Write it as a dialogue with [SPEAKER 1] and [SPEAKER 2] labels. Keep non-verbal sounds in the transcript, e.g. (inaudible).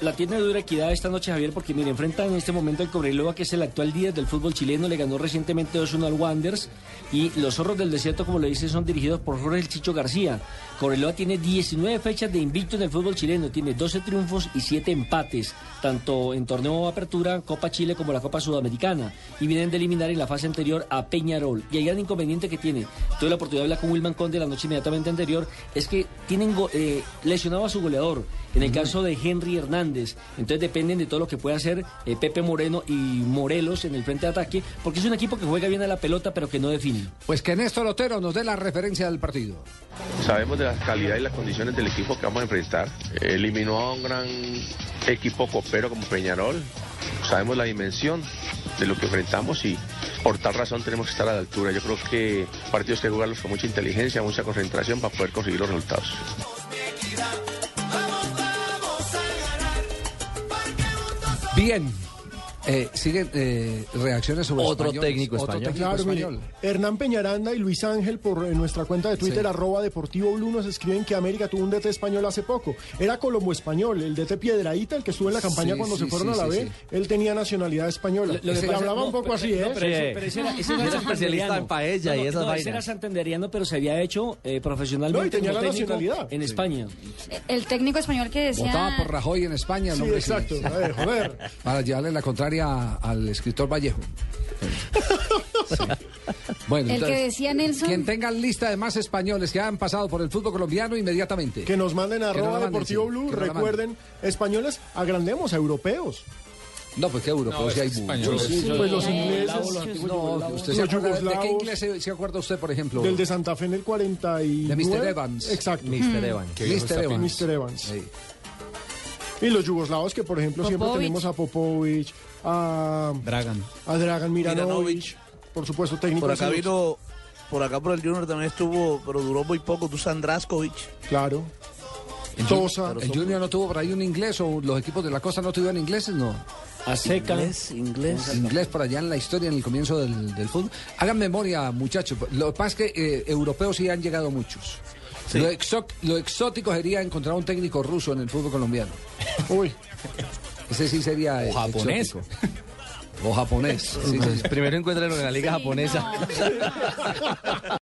[SPEAKER 1] La tiene dura equidad esta noche, Javier, porque mire, enfrenta en este momento al Cobreloa, que es el actual líder del fútbol chileno, le ganó recientemente 2-1 al Wanders, y los zorros del desierto, como le dicen, son dirigidos por Jorge El Chicho García. Cobreloa tiene 19 fechas de invicto en el fútbol chileno, tiene 12 triunfos y 7 empates, tanto en torneo de apertura, Copa Chile como la Copa Sudamericana, y vienen de eliminar en la fase anterior a Peñarol. Y el gran inconveniente que tiene, tuve la oportunidad de hablar con Wilman Conde la noche inmediatamente anterior, es que tienen eh, lesionado a su goleador, en el caso de Henry Hernández, entonces dependen de todo lo que pueda hacer eh, Pepe Moreno y Morelos en el frente de ataque, porque es un equipo que juega bien a la pelota, pero que no define.
[SPEAKER 2] Pues que Néstor Otero nos dé la referencia del partido.
[SPEAKER 3] Sabemos de la calidad y las condiciones del equipo que vamos a enfrentar. Eliminó a un gran equipo copero como Peñarol. Sabemos la dimensión de lo que enfrentamos y por tal razón tenemos que estar a la altura. Yo creo que partidos que jugarlos con mucha inteligencia, mucha concentración para poder conseguir los resultados.
[SPEAKER 2] Bien. Eh, siguen eh, reacciones sobre
[SPEAKER 4] otro
[SPEAKER 2] españoles.
[SPEAKER 4] técnico español.
[SPEAKER 2] Otro técnico
[SPEAKER 5] Claro,
[SPEAKER 2] español.
[SPEAKER 5] mire, Hernán Peñaranda y Luis Ángel por eh, nuestra cuenta de Twitter,
[SPEAKER 2] Sí.
[SPEAKER 5] arroba Deportivo Blue, nos escriben que América tuvo un DT español hace poco. Era colombo español, el DT Piedraíta, el que estuvo en la campaña
[SPEAKER 2] Sí,
[SPEAKER 5] cuando
[SPEAKER 2] sí,
[SPEAKER 5] se fueron
[SPEAKER 2] sí,
[SPEAKER 5] a la
[SPEAKER 2] sí,
[SPEAKER 5] B,
[SPEAKER 2] sí.
[SPEAKER 5] él tenía nacionalidad española.
[SPEAKER 2] lo que
[SPEAKER 5] se le
[SPEAKER 2] pasa-
[SPEAKER 5] hablaba
[SPEAKER 2] no,
[SPEAKER 5] un poco así, ¿eh?
[SPEAKER 4] pero ese- pero ese era- ese era especialista en paella y esas
[SPEAKER 1] Ese era
[SPEAKER 4] vainas.
[SPEAKER 1] santanderiano, pero se había hecho eh, profesionalmente
[SPEAKER 5] No, y tenía
[SPEAKER 1] como
[SPEAKER 5] la
[SPEAKER 1] técnico
[SPEAKER 5] nacionalidad.
[SPEAKER 1] en
[SPEAKER 5] Sí.
[SPEAKER 1] España.
[SPEAKER 6] El técnico español que decía.
[SPEAKER 2] Votaba por Rajoy en España. el
[SPEAKER 5] Sí,
[SPEAKER 2] hombre
[SPEAKER 5] exacto.
[SPEAKER 2] sí.
[SPEAKER 5] A
[SPEAKER 2] (laughs)
[SPEAKER 5] ver, joder.
[SPEAKER 2] Para llevarle la contraria al escritor
[SPEAKER 5] (laughs)
[SPEAKER 2] Vallejo. Sí. Bueno,
[SPEAKER 6] El que
[SPEAKER 2] entonces,
[SPEAKER 6] decía Nelson.
[SPEAKER 2] quien tenga lista de más españoles que han pasado por el fútbol colombiano inmediatamente.
[SPEAKER 5] Que nos manden a
[SPEAKER 2] Que no
[SPEAKER 5] arroba
[SPEAKER 2] la manden,
[SPEAKER 5] Deportivo
[SPEAKER 2] sí, que
[SPEAKER 5] Blue,
[SPEAKER 2] no la manden.
[SPEAKER 5] recuerden, españoles, agrandemos a europeos.
[SPEAKER 2] No, pues que europeos sí hay muchos.
[SPEAKER 5] Pues los
[SPEAKER 1] Los
[SPEAKER 5] ingleses,
[SPEAKER 1] eslavos, los antiguos
[SPEAKER 2] No,
[SPEAKER 1] yugoslavos.
[SPEAKER 2] usted se
[SPEAKER 5] Los
[SPEAKER 2] acuerda- ¿De qué
[SPEAKER 5] yugoslavos.
[SPEAKER 2] inglés se, se acuerda usted, por ejemplo?
[SPEAKER 5] Del de Santa Fe en el 49.
[SPEAKER 2] De Mr. Evans.
[SPEAKER 5] Exacto.
[SPEAKER 7] Mm.
[SPEAKER 4] Mr. Evan.
[SPEAKER 2] Mr. Evans.
[SPEAKER 5] Mr. Evans.
[SPEAKER 2] Sí.
[SPEAKER 5] Y los yugoslavos que, por ejemplo, siempre
[SPEAKER 6] Popovic.
[SPEAKER 5] tenemos a Popovic, a... Dragan. A Dragan Miranovic. Por supuesto, técnico.
[SPEAKER 7] Por
[SPEAKER 5] de
[SPEAKER 7] acá
[SPEAKER 5] selección.
[SPEAKER 7] vino, por acá por el Junior también estuvo, pero duró muy poco, Dusan Draskovic.
[SPEAKER 5] Claro. Sosa.
[SPEAKER 2] ¿El Junior no tuvo por ahí un inglés o los equipos de la costa no tuvieron ingleses? No.
[SPEAKER 1] A seca.
[SPEAKER 7] Inglés, inglés.
[SPEAKER 2] Inglés por allá en la historia, en el comienzo del, del fútbol. Hagan memoria, muchachos. Lo que pasa es que eh, europeos sí han llegado muchos. Lo, exo- lo exótico sería encontrar un técnico ruso en el fútbol colombiano.
[SPEAKER 5] Uy.
[SPEAKER 2] Ese sí sería. eh,
[SPEAKER 4] japonés.
[SPEAKER 2] exótico. O japonés. sí, sí, sí.
[SPEAKER 4] Primero encuentran en la liga
[SPEAKER 6] Sí,
[SPEAKER 4] japonesa.
[SPEAKER 6] no.